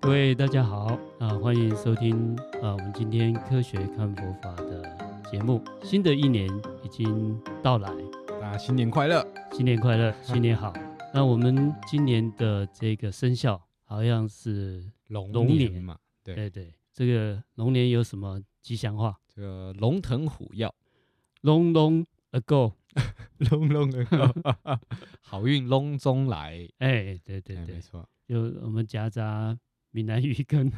各位大家好啊、欢迎收听啊、我们今天科学看佛法的节目。新的一年已经到来，大啊家新年快乐！新年快乐，新年好。那我们今年的这个生肖好像是，龙龙年嘛，对对对，这个龙年有什么吉祥话？这个龙腾虎跃，龙龙 ago，龙龙 的歌，好运隆中来。哎，对对哎对 没，错，就我们夹杂闽南语跟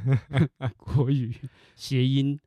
国语谐音。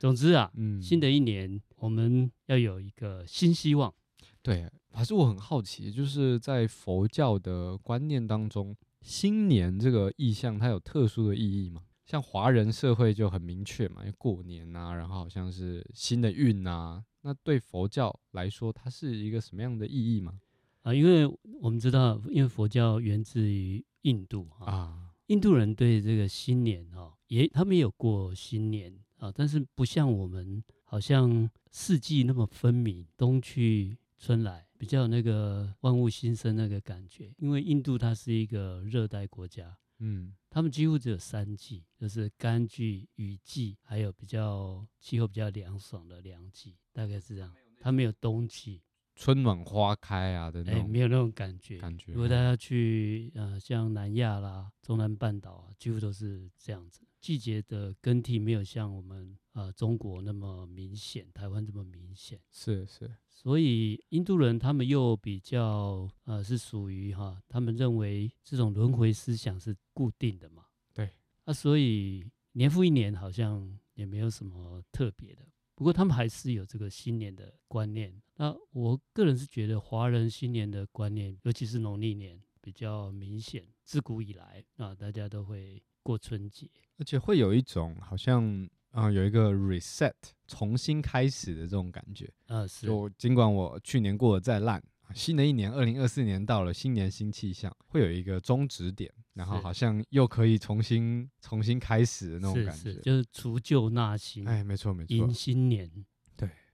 总之啊，嗯新的一年我们要有一个新希望。对。法师，我很好奇，就是在佛教的观念当中，新年这个意象它有特殊的意义吗？像华人社会就很明确嘛，因为过年啊，然后好像是新的运啊。那对佛教来说，它是一个什么样的意义吗？啊，因为我们知道，因为佛教源自于印度啊，啊，印度人对这个新年哦，也他们也有过新年啊，但是不像我们好像四季那么分明，冬去春来，比较有那个万物新生那个感觉。因为印度它是一个热带国家，嗯，他们几乎只有三季，就是干季、雨季，还有比较气候比较凉爽的凉季，大概是这样。它没有冬季，春暖花开啊的那哎、种没有那种感觉。感觉。如果大家去呃像南亚啦、中南半岛啊，几乎都是这样子。季节的更替没有像我们呃中国那么明显，台湾这么明显。是是，所以印度人他们又比较呃是属于哈，他们认为这种轮回思想是固定的嘛。对。啊，所以年复一年好像也没有什么特别的，不过他们还是有这个新年的观念。那我个人是觉得华人新年的观念，尤其是农历年比较明显，自古以来啊，大家都会过春节。而且会有一种好像啊、呃有一个 reset 重新开始的这种感觉。啊，是就尽管我去年过得再烂，啊新的一年二零二四年到了，新年新气象，会有一个终止点，然后是好像又可以重新重新开始的那种是感是，觉。就是除旧纳新，哎，没错没错迎，新年。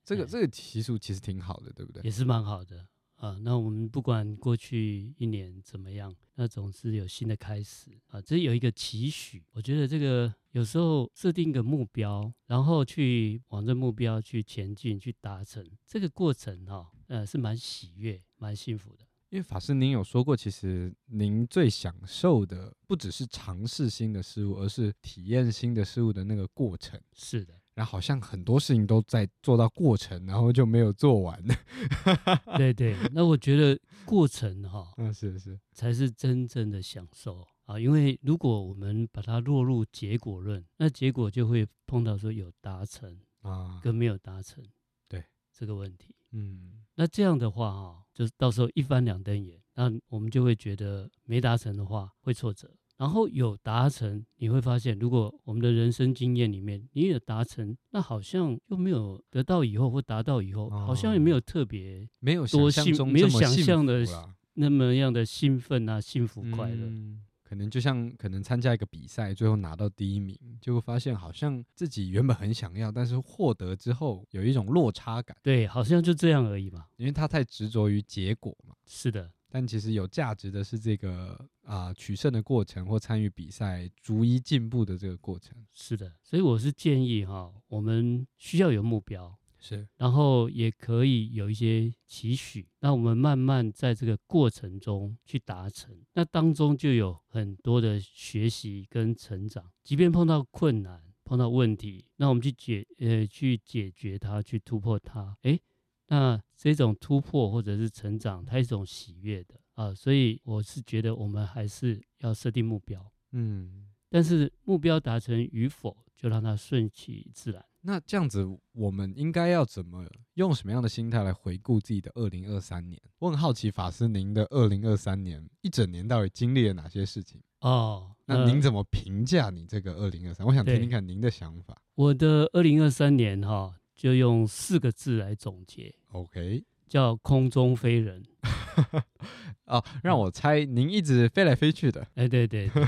这个哎这个习俗其实挺好的，对不对？也是蛮好的啊。那我们不管过去一年怎么样，那总是有新的开始啊，这有一个期许。我觉得这个有时候设定一个目标，然后去往这目标去前进、去达成，这个过程哈、呃，是蛮喜悦、蛮幸福的。因为法师您有说过，其实您最享受的不只是尝试新的事物，而是体验新的事物的那个过程。是的，然后好像很多事情都在做到过程，然后就没有做完。 对对。那我觉得过程哈、 嗯，是是，才是真正的享受啊！因为如果我们把它落入结果论，那结果就会碰到说有达成啊，跟没有达成，对这个问题。嗯，那这样的话哈、就是到时候一翻两瞪眼，那我们就会觉得没达成的话会挫折。然后有达成，你会发现，如果我们的人生经验里面你有达成，那好像又没有得到以后或达到以后，好像也哦没有特别没有多想象幸中没有这么想幸象福的啦那么样的兴奋啊、幸福、快乐。嗯可能就像可能参加一个比赛，最后拿到第一名，结果发现好像自己原本很想要，但是获得之后有一种落差感，对，好像就这样而已嘛。因为他太执着于结果嘛。是的，但其实有价值的是这个啊、取胜的过程或参与比赛逐一进步的这个过程。是的。所以我是建议哈、我们需要有目标，是，然后也可以有一些期许，那我们慢慢在这个过程中去达成，那当中就有很多的学习跟成长。即便碰到困难、碰到问题，那我们去解呃去解决它，去突破它，诶，那这种突破或者是成长，它是一种喜悦的啊，所以我是觉得我们还是要设定目标，嗯。但是目标达成与否，就让它顺其自然。那这样子，我们应该要怎么用什么样的心态来回顾自己的二零二三年？我很好奇，法师您的二零二三年一整年到底经历了哪些事情？哦，那呃您怎么评价你这个二零二三？我想听对听看您的想法。我的二零二三年哈、就用四个字来总结， OK，叫空中飞人。哦，嗯让我猜，您一直飞来飞去的。哎，对对 对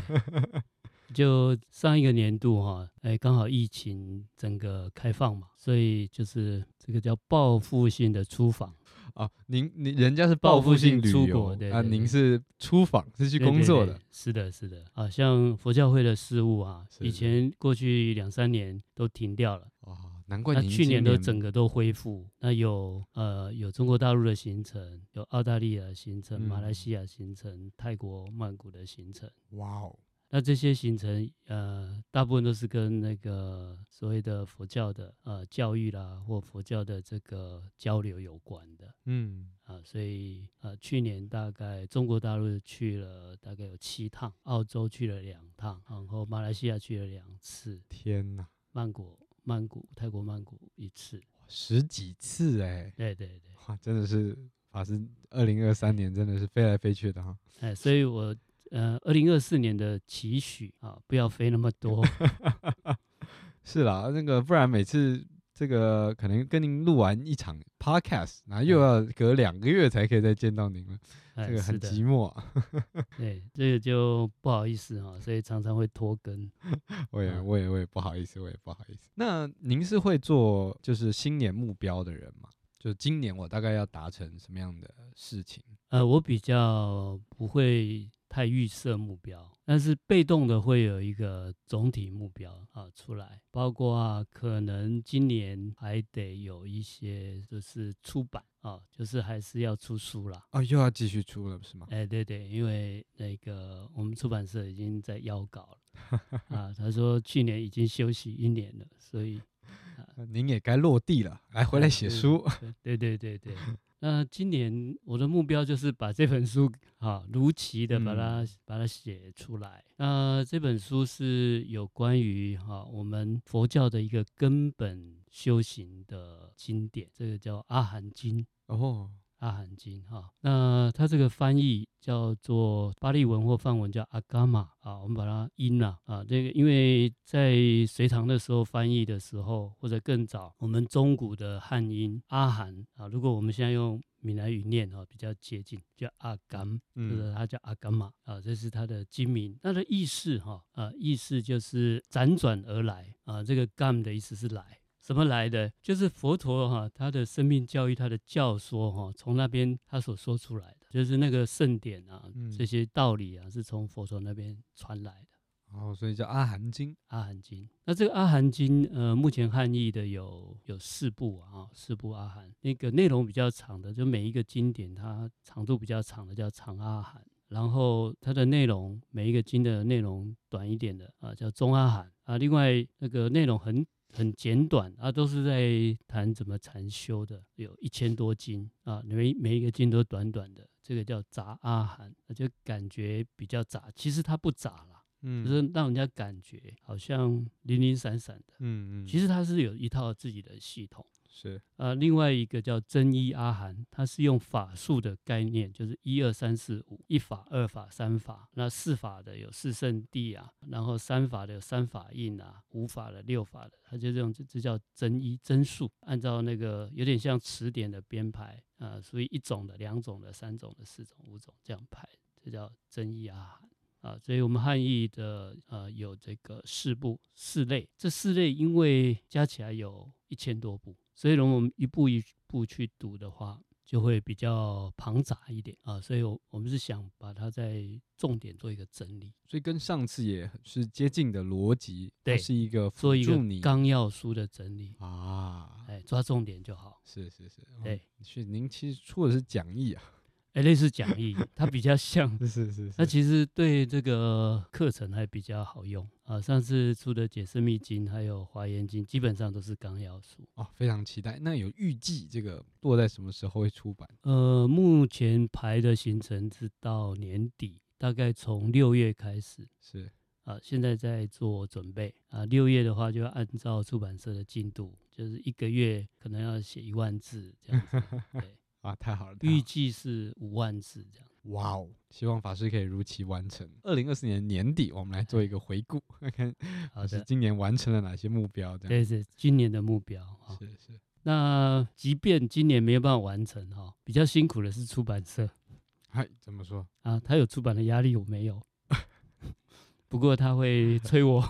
就上一个年度哈、哎，刚好疫情整个开放嘛，所以就是这个叫报复性的出访。啊，您您人家是报报复复性性旅出游国对啊，对您对是出访是去对工对作对的，是的，是的啊，像佛教会的事务啊，以是前过去两三年都停掉了，哦，难怪那您啊去今年年都整个都恢复。那有呃有中国大陆的行程，有澳大利亚的行程、马来嗯西亚行程、泰国曼谷的行程。哇哦，那这些行程，呃，大部分都是跟那个所谓的佛教的呃教育啦，或佛教的这个交流有关的嗯，啊、所以呃，去年大概中国大陆去了大概有七趟，澳洲去了两趟，然后马来西亚去了两次，天哪，曼谷曼谷泰国曼谷一次，十几次哎、对对对，哇，真的是法师，二零二三年真的是飞来飞去的哈。哎、所以我呃，二零二四年的期许啊，不要飞那么 多，是啦，那个不然每次这个可能跟您录完一场 podcast，然后又要隔两个月才可以再见到您了，哎、这个是很的。寂寞啊。对，这个就不好意思哈、所以常常会拖更。我也嗯我也我也不好意思，我也不好意思。那您是会做就是新年目标的人吗？就今年我大概要达成什么样的事情？呃，我比较不会太预设目标，但是被动的会有一个总体目标啊出来，包括啊，可能今年还得有一些就是出版啊，就是还是要出书啦。哦，又要继续出了是吗？哎，对对，因为那个我们出版社已经在邀稿了啊，他说去年已经休息一年了，所以哎呃您也该落地了，来回啊来写对书。 对对对对那今年我的目标就是把这本书啊如期的把它、把它写出来。那这本书是有关于哈、我们佛教的一个根本修行的经典，这个叫《阿含经》。哦，阿含经哈、那它这个翻译叫做巴利文或梵文叫阿伽玛啊，我们把它音啦啊，这个因为在隋唐的时候翻译的时候，或者更早，我们中古的汉音阿含啊，如果我们现在用闽南语念啊，比较接近，叫阿甘，嗯就是它叫阿甘玛啊，这是它的经名。它的意思哈啊，意思就是辗转而来啊，这个 gam 的意思是来。什么来的？就是佛陀哈、他的生命教育，他的教说哈、从那边他所说出来的，就是那个圣典啊，嗯这些道理啊，是从佛陀那边传来的。哦，所以叫阿含经。阿含经。那这个阿含经，呃，目前汉译的有有四部啊，哦四部阿含。那个内容比较长的，就每一个经典它长度比较长的叫长阿含，然后它的内容每一个经的内容短一点的啊叫中阿含啊。另外那个内容很。很简短啊，都是在谈怎么禅修的，有一千多经啊，每每一个经都短短的，这个叫杂阿含，那就感觉比较杂，其实它不杂啦，嗯就是让人家感觉好像零零散散的。嗯嗯，其实它是有一套自己的系统。是呃，另外一个叫真一阿含，它是用法术的概念，就是一二三四五，一法、二法、三法。那四法的有四圣地啊，然后三法的有三法印啊，五法的六法的，它就这种，这这叫真一真数。按照那个有点像词典的编排啊、呃，所以一种的、两种的、三种的、四种、五种这样排，这叫真一阿含。啊，所以我们汉译的呃有这个四部四类，这四类因为加起来有一千多部，所以呢我们一步一步去读的话，就会比较庞杂一点啊。所以我我们是想把它在重点做一个整理，所以跟上次也是接近的逻辑，它对是一个做辅一助个你纲要书的整理，啊，哎，抓重点就好。是是是，哦对，是您其实出的是讲义啊，哎，类似讲义，它比较像 是是是，那是其实对这个课程还比较好用啊。上次出的《解释密经》还有《华严经》，基本上都是纲要书。哦，非常期待。那有预计这个落在什么时候会出版？呃，目前排的行程是到年底，大概从六月开始是啊、现在在做准备啊。六、月的话，就要按照出版社的进度，就是一个月可能要写一万字这 样子，对，啊，太好了，太预好计是五万字这样。了哇哦，希望法师可以如期完成。二零二四年年底，我们来做一个回顾，看看好哦是的，今年完成了哪些目标，这样这是今年的目标啊。是是那即便今年没有办法完成哈、比较辛苦的是出版社嗨，怎么说？啊，他有出版的压力，我没有。 不过他会催我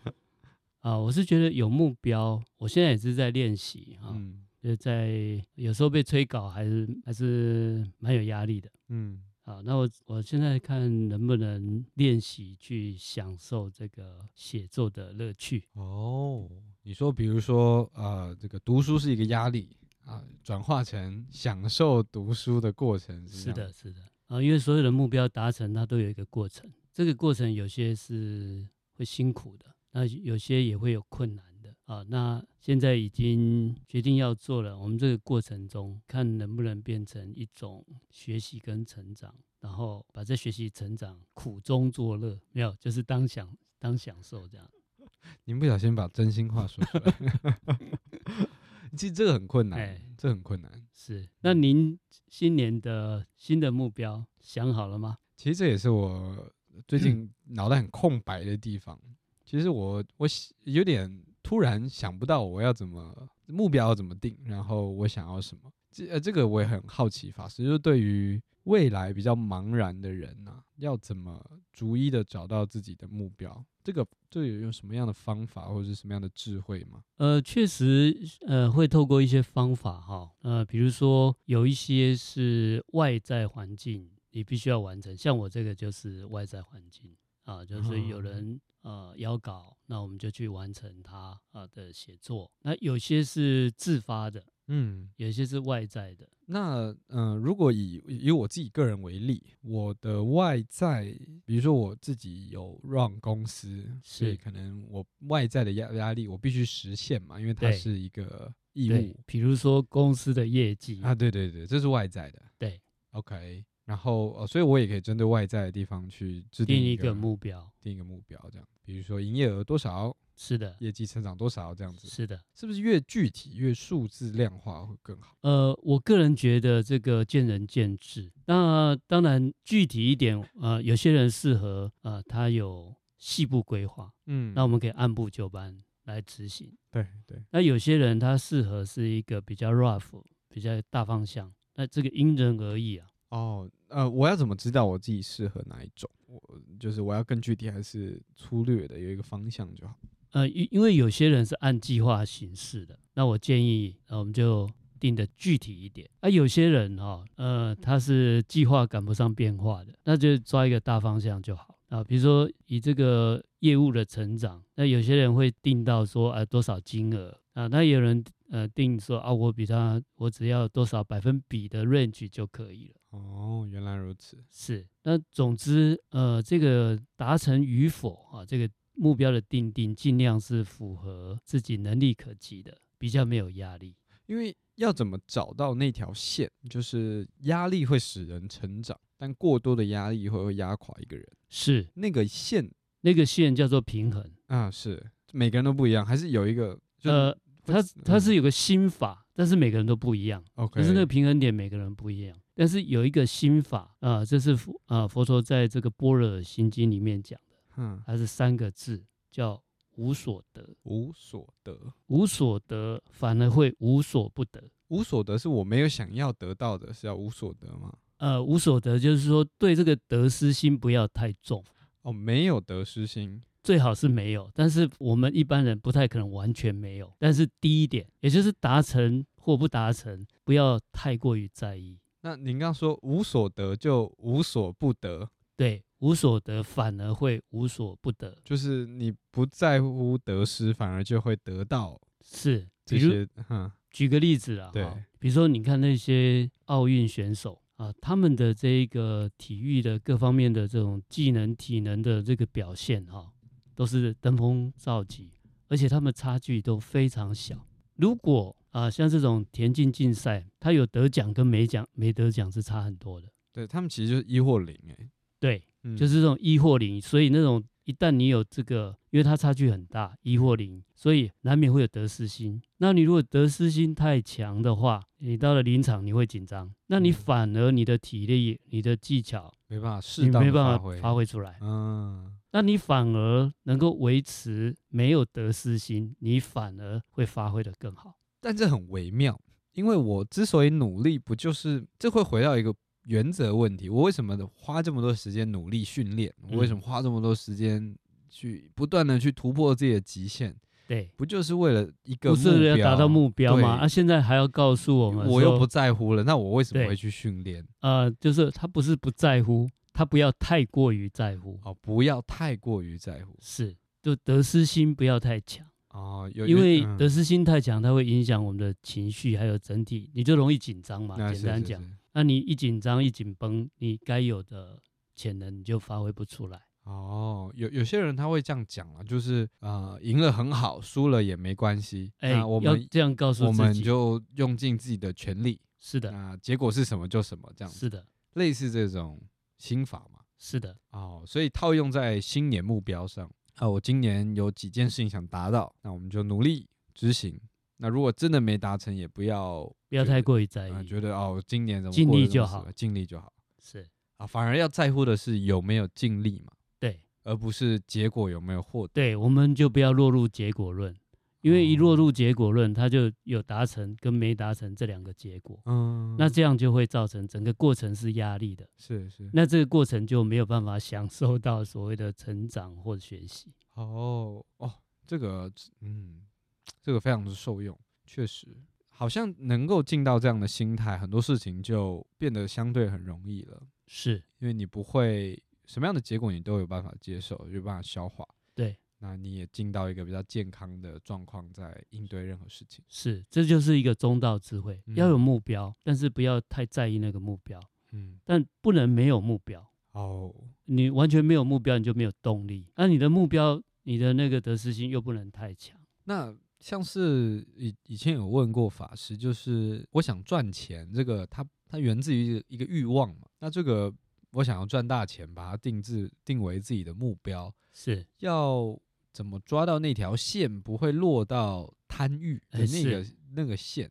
啊，我是觉得有目标，我现在也是在练习啊，嗯，呃，在有时候被催稿还是还是蛮有压力的。嗯，啊，那我我现在看能不能练习去享受这个写作的乐趣。哦，你说比如说呃，这个读书是一个压力啊，转化成享受读书的过程是这是样的，是的，啊，因为所有的目标达成，它都有一个过程。这个过程有些是会辛苦的，那有些也会有困难的啊。那现在已经决定要做了，我们这个过程中看能不能变成一种学习跟成长，然后把这学习成长苦中作乐，没有，就是当享当享受这样。您不小心把真心话说出来， 其实这个很困难，哎这很困难。是，那嗯您新年的新的目标想好了吗？其实这也是我最近脑袋很空白的地方。其实我我喜有点突然想不到我要怎么目标要怎么定，然后我想要什么。这呃这个我也很好奇，法师就是对于未来比较茫然的人呐、要怎么逐一的找到自己的目标？这个这有用什么样的方法或者是什么样的智慧吗？呃，确实，呃，会透过一些方法哈、呃，比如说有一些是外在环境，你必须要完成，像我这个就是外在环境啊，就是有哦人、呃邀稿，那我们就去完成他啊的写作。那有些是自发的，嗯，有些是外在的，那嗯、呃如果以以我自己个人为例，我的外在，比如说我自己有 run 公司，所以是可能我外在的压压力我必须实现嘛，因为它对是一个义对务，比如说公司的业绩，啊，对对对，这是外在的。对，OK，然后呃，所以我也可以针对外在的地方去制定定一一个目标，定一个目标，这样，比如说营业额多少，是的，业绩成长多少，这样子，是的。是不是越具体越数字量化会更好？呃，我个人觉得这个见仁见智。那当然具体一点，呃，有些人适合，呃，他有细部规划，嗯那我们可以按部就班来执行。对对，那有些人他适合是一个比较 rough、比较大方向，那这个因人而异啊。哦，呃，我要怎么知道我自己适合哪一种？我就是我要更具体还是粗略的有一个方向就好。呃，因因为有些人是按计划行事的，那我建议，呃，我们就定的具体一点。啊，有些人哈、呃，他是计划赶不上变化的，那就抓一个大方向就好啊。比如说以这个业务的成长，那有些人会定到说，呃，多少金额啊？那有人呃定说啊，我比他，我只要多少百分比的 range 就可以了。哦，原来如此。是，那总之，呃，这个达成与否啊，这个目标的定定，尽量是符合自己能力可及的，比较没有压力。因为要怎么找到那条线，就是压力会使人成长，但过多的压力会会压垮一个人。是，那个线那个线叫做平衡，啊，是每个人都不一样，还是有一个就呃，会它它嗯是有个心法，但是每个人都不一样， OK，可是那个平衡点每个人不一样。但是有一个心法啊、这是佛啊、佛陀在这个《般若心经》里面讲的，嗯它是三个字，叫无所得。无所得，无所得反而会无所不得。无所得是我没有想要得到的，是要无所得吗？呃，无所得，就是说对这个得失心不要太重，哦，没有得失心，最好是没有。但是我们一般人不太可能完全没有，但是低一点，也就是达成或不达成，不要太过于在意。那您刚说无所得就无所不得，对，无所得反而会无所不得，就是你不在乎得失，反而就会得到是。比这如些。嗯，举个例子啊，对哈比如说你看那些奥运选手啊，他们的这一个体育的各方面的这种技能、体能的这个表现哈、都是登峰造极，而且他们差距都非常小。如果啊，像这种田径竞赛，他有得奖跟没奖、没得奖是差很多的。对他们其实就是一或零、欸，对，嗯就是这种一或零，所以那种一旦你有这个，因为它差距很大，一或零，所以难免会有得失心。那你如果得失心太强的话，你到了临场你会紧张，那你嗯反而你的体力、你的技巧，没办法适你当没地办发法挥，发挥出来。嗯，那你反而能够维持没有得失心，你反而会发挥的更好。但这很微妙，因为我之所以努力，不就是这会回到一个原则问题：我为什么花这么多时间努力训练？我为什嗯么花这么多时间去不断的去突破自己的极限？对，不就是为了一个不是目要标达到目标吗？对啊，现在还要告诉我们说，我又不在乎了，那我为什么对会去训练？呃，就是他不是不在乎，他不要太过于在乎，哦，不要太过于在乎是，就得失心不要太强，哦，有因为嗯得失心太强，它会影响我们的情绪，还有整体，你就容易紧张嘛。那啊简啊是单是讲，是那你一紧张一紧绷，你该有的潜能你就发挥不出来。哦，有有些人他会这样讲了，就是呃，赢了很好，输了也没关系，哎、那我要们这样告诉我自们己，就用尽自己的全力，是的，那结果是什么就什么，这样子是的，类似这种心法嘛。是的，哦，所以套用在新年目标上啊，我今年有几件事情想达到，那我们就努力执行。那如果真的没达成，也不要不要觉太得过于在意，啊，觉得哦，今年怎么尽过得力这就么死好了，尽力就好是啊。反而要在乎的是有没有尽力嘛，对而不是结果有没有获得。对，我们就不要落入结果论，因为一落哦入结果论，它就有达成跟没达成这两个结果。嗯，那这样就会造成整个过程是压力的，是是那这个过程就没有办法享受到所谓的成长或学习。哦哦，这个嗯，这个非常之受用，确实好像能够进到这样的心态，很多事情就变得相对很容易了。是因为你不会什么样的结果你都有办法接受，有办法消化。对，那你也进到一个比较健康的状况，在应对任何事情。是，这就是一个中道智慧，要嗯有目标，但是不要太在意那个目标，嗯，但不能没有目标。哦，你完全没有目标，你就没有动力。那、你的目标，你的那个得失心又不能太强。那像是以以前有问过法师，就是我想赚钱，这个它它源自于一个欲望嘛。那这个我想要赚大钱，把它定制定为自己的目标，是，要怎么抓到那条线，不会落到贪欲的哎那是个、那个线？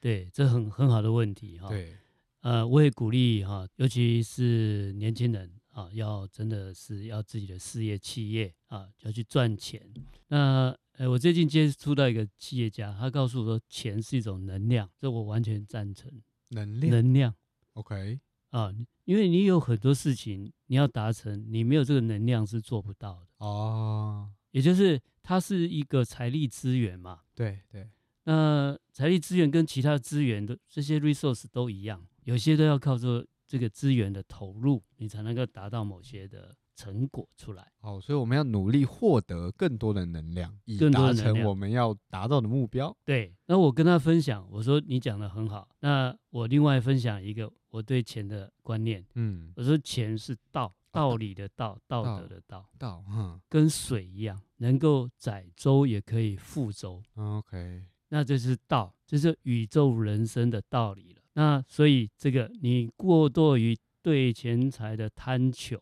对，这很很好的问题哈。对，呃，我也鼓励哈、尤其是年轻人啊，要真的是要自己的事业、企业啊，要去赚钱。那呃，我最近接触到一个企业家，他告诉我说，钱是一种能量，这我完全赞成。能量。能量 OK，啊，因为你有很多事情你要达成，你没有这个能量是做不到的。哦，也就是它是一个财力资源嘛，对对，那财力资源跟其他资源的这些 resource 都一样，有些都要靠着这个资源的投入，你才能够达到某些的成果出来。哦，所以我们要努力获得更多的能量，以更多达的能成量我们要达到的目标。对，那我跟他分享，我说你讲的很好。那我另外分享一个我对钱的观念，嗯，我说钱是道，道理的道，道道德的道，到，嗯跟水一样，能够载舟也可以覆舟。 ，OK，那这是道，这是宇宙人生的道理了。那所以这个你过多于对钱财的贪求，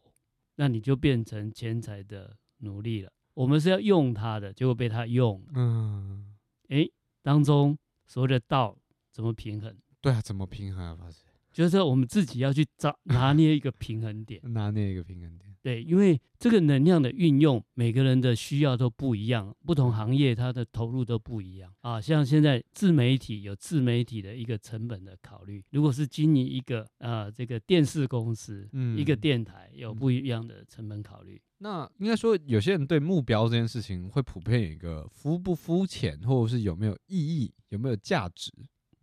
那你就变成钱财的奴隶了。我们是要用它的，结果被它用了。嗯，诶，当中所谓的道怎么平衡？对啊，怎么平衡啊，法师？就是我们自己要去找拿捏一个平衡点。拿捏一个平衡点。对，因为这个能量的运用，每个人的需要都不一样，不同行业它的投入都不一样啊。像现在自媒体有自媒体的一个成本的考虑，如果是经营一个呃这个电视公司、嗯一个电台，有嗯不一样的成本考虑。那应该说，有些人对目标这件事情会普遍有一个肤不肤浅，或者是有没有意义、有没有价值。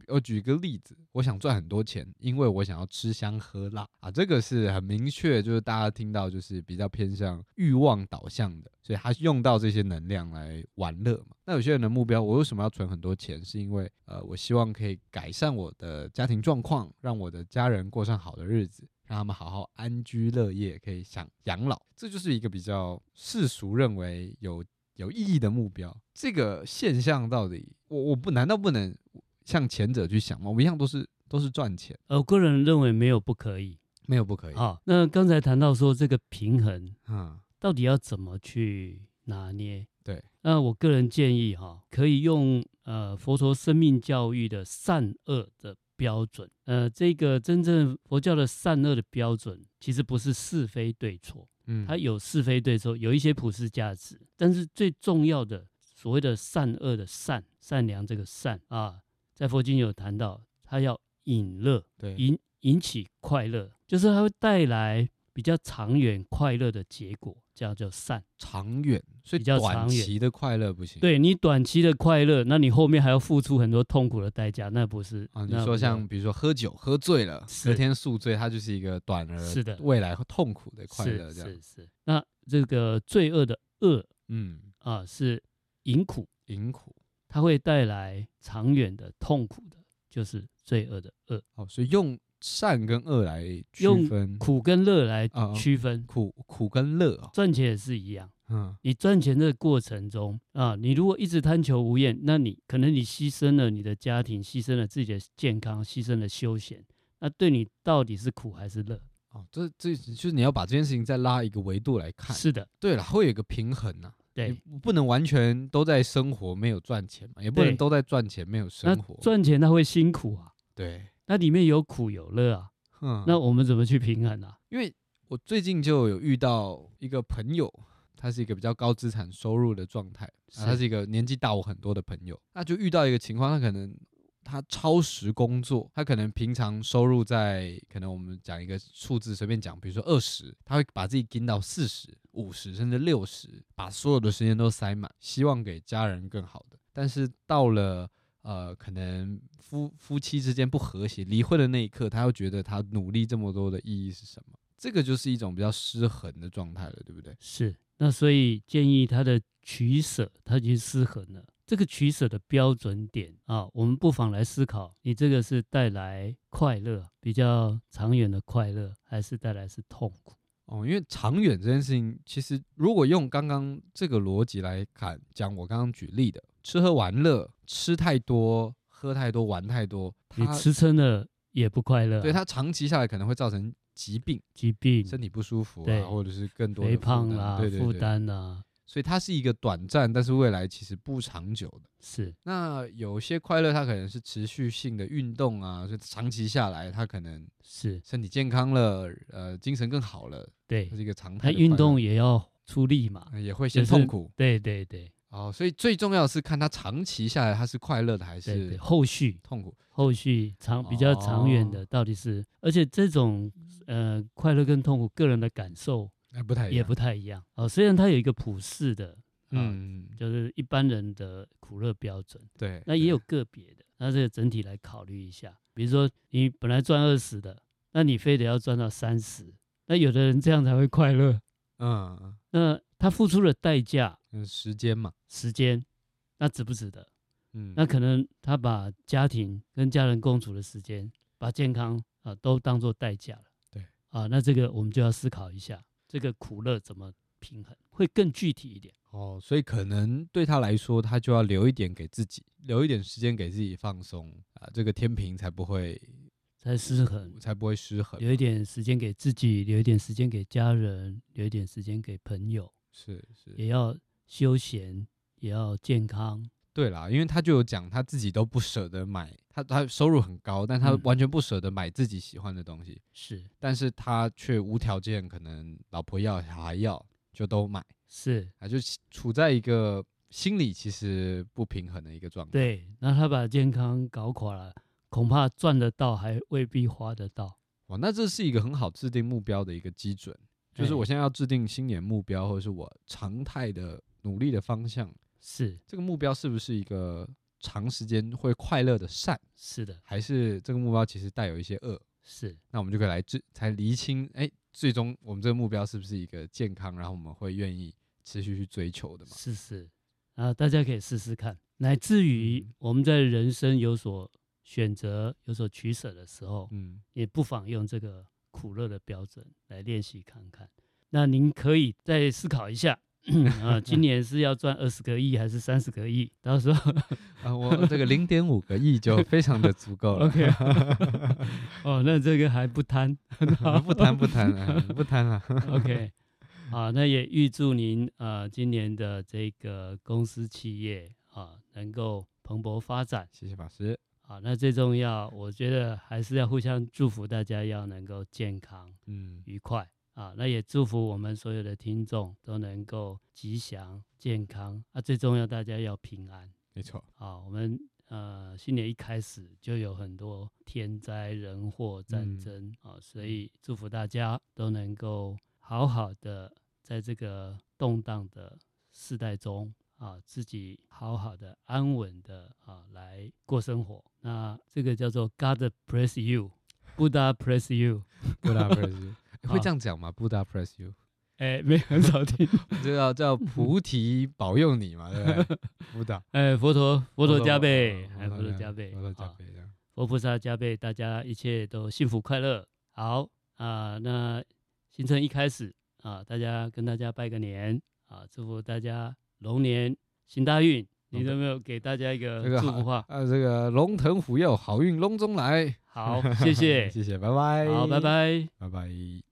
我举一个例子，我想赚很多钱，因为我想要吃香喝辣啊，这个是很明确，就是大家听到就是比较偏向欲望导向的，所以他用到这些能量来玩乐嘛。那有些人的目标，我为什么要存很多钱？是因为呃，我希望可以改善我的家庭状况，让我的家人过上好的日子，让他们好好安居乐业，可以享养老。这就是一个比较世俗认为有有意义的目标。这个现象到底，我我不难道不能向前者去想吗？我们一样都是都是赚钱，呃，我个人认为没有不可以没有不可以。啊。那刚才谈到说这个平衡嗯，到底要怎么去拿捏？对，那我个人建议哈、可以用呃佛陀生命教育的善恶的标准。呃，这个真正佛教的善恶的标准，其实不是是非对错，嗯，它有是非对错，有一些普世价值，但是最重要的所谓的善恶的善，善良这个善啊，在佛经有谈到，它要引乐，对，引引起快乐，就是它会带来比较长远快乐的结果。叫叫善。长远，所以比较短长期的快乐不行。对你短期的快乐，那你后面还要付出很多痛苦的代价，那不是啊，你那不说是像比如说喝酒喝醉了，隔是天宿醉，它就是一个短而是的未来痛苦的快乐是这样。是是。那这个罪恶的恶嗯，啊，是引苦，淫苦它会带来长远的痛苦的，就是罪恶的恶，哦，所以用善跟恶来区用分苦苦跟乐来啊区分。苦跟乐哦。赚钱也是一样，嗯，你赚钱的过程中啊，你如果一直贪求无厌，那你可能你牺牲了你的家庭，牺牲了自己的健康，牺牲了休闲，那对你到底是苦还是乐？哦，这这就是你要把这件事情再拉一个维度来看。是的，对了，会有一个平衡啊呐、你对。不能完全都在生活没有赚钱嘛，也不能对都在赚钱没有那生活。赚钱他会辛苦啊，对，那里面有苦有乐啊，嗯，那我们怎么去平衡啊？因为我最近就有遇到一个朋友，他是一个比较高资产收入的状态，啊、是他是一个年纪大我很多的朋友，那就遇到一个情况，他可能他超时工作，他可能平常收入在可能我们讲一个数字随便讲，比如说二十，他会把自己盯到四十、五十甚至六十，把所有的时间都塞满，希望给家人更好的，但是到了。呃，可能夫夫妻之间不和谐，离婚的那一刻，他又觉得他努力这么多的意义是什么？这个就是一种比较失衡的状态了，对不对？是，那所以建议他的取舍，他已经失衡了。这个取舍的标准点啊，我们不妨来思考：你这个是带来快乐，比较长远的快乐，还是带来是痛苦？哦，因为长远这件事情，其实如果用刚刚这个逻辑来看，讲我刚刚举例的，吃喝玩乐，吃太多，喝太多，玩太多，你它吃撑了也不快乐啊、对它长期下来可能会造成疾病、疾病、身体不舒服嗯对啊，或者是更多的肥负胖担啦、对对负对，担啊啦，所以它是一个短暂，但是未来其实不长久的。是那有些快乐，它可能是持续性的运动啊，所以长期下来，它可能是，身体健康了，呃，精神更好了，对这，是一个常他态的快乐。运动也要出力嘛，呃也会先是痛苦对对对哦，所以最重要的是看他长期下来他是快乐的还对对，是后续痛苦。后续长比较长远哦的到底是，而且这种呃快乐跟痛苦，个人的感受哎，不太一也样不太一样哦。虽然它有一个普世的，嗯，嗯，就是一般人的苦乐标准，对，那对也有个别的，那这个整体来考虑一下。比如说你本来赚二十的，那你非得要赚到三十，那有的人这样才会快乐。嗯，那他付出了代价、嗯时间嘛，时间，那值不值得？嗯，那可能他把家庭跟家人共处的时间，把健康啊都当做代价了。对啊，那这个我们就要思考一下，这个苦乐怎么平衡，会更具体一点。哦，所以可能对他来说，他就要留一点给自己，留一点时间给自己放松啊，这个天平才不会才失衡，才不会失衡嘛。留一点时间给自己，留一点时间给家人，留一点时间给朋友，是是，也要休闲，也要健康。对啦，因为他就有讲他自己都不舍得买，他他收入很高，但他嗯完全不舍得买自己喜欢的东西，是但是他却无条件，可能老婆要小孩要就都买。是，啊，就其处在一个心理其实不平衡的一个状态。，对。那他把健康搞垮了，恐怕赚得到还未必花得到。哇，那这是一个很好制定目标的一个基准，就是哎我现在要制定新年目标，或者是我常态的努力的方向，是这个目标是不是一个长时间会快乐的善，是的，还是这个目标其实带有一些恶？是那我们就可以来制才厘清，哎，最终我们这个目标是不是一个健康，然后我们会愿意持续去追求的嘛？是是，啊，大家可以试试看，乃至于嗯我们在人生有所选择、有所取舍的时候，嗯，也不妨用这个苦乐的标准来练习看看。那您可以再思考一下， 啊，今年是要赚二十个亿还是三十个亿？到时候啊，我这个零点五个亿就非常的足够了。 OK，哦，那这个还不贪不谈不谈了，不谈了。 ，OK。好，那也预祝您呃今年的这个公司企业啊能够蓬勃发展。谢谢法师，好，那最重要，我觉得还是要互相祝福，大家要能够健康嗯，愉快啊。那也祝福我们所有的听众都能够吉祥健康啊。最重要，大家要平安没错，啊。我们呃新年一开始就有很多天灾人祸、战嗯争、啊，所以祝福大家都能够好好的在这个动荡的世代中啊，自己好好的、安稳的啊来过生活。那这个叫做 God bless you，b u d d h bless you。布达佩 斯好会这样讲吗？布达佩斯，哎，没有很少听。 这叫叫菩提保佑你嘛，对 不对？布达 哎，佛陀，佛陀加倍，嗯哎，佛陀加倍，佛陀加啊倍这样。佛菩萨加倍，大家一切都幸福快乐。好啊、那行程一开始啊、大家跟大家拜个年啊、祝福大家龙年行大运。你龙腾有没有给大家一个这个祝福 话？啊，这个龙腾虎跃，好运龙中来。好，谢谢， 谢谢，拜拜。哎好，拜，拜。拜拜。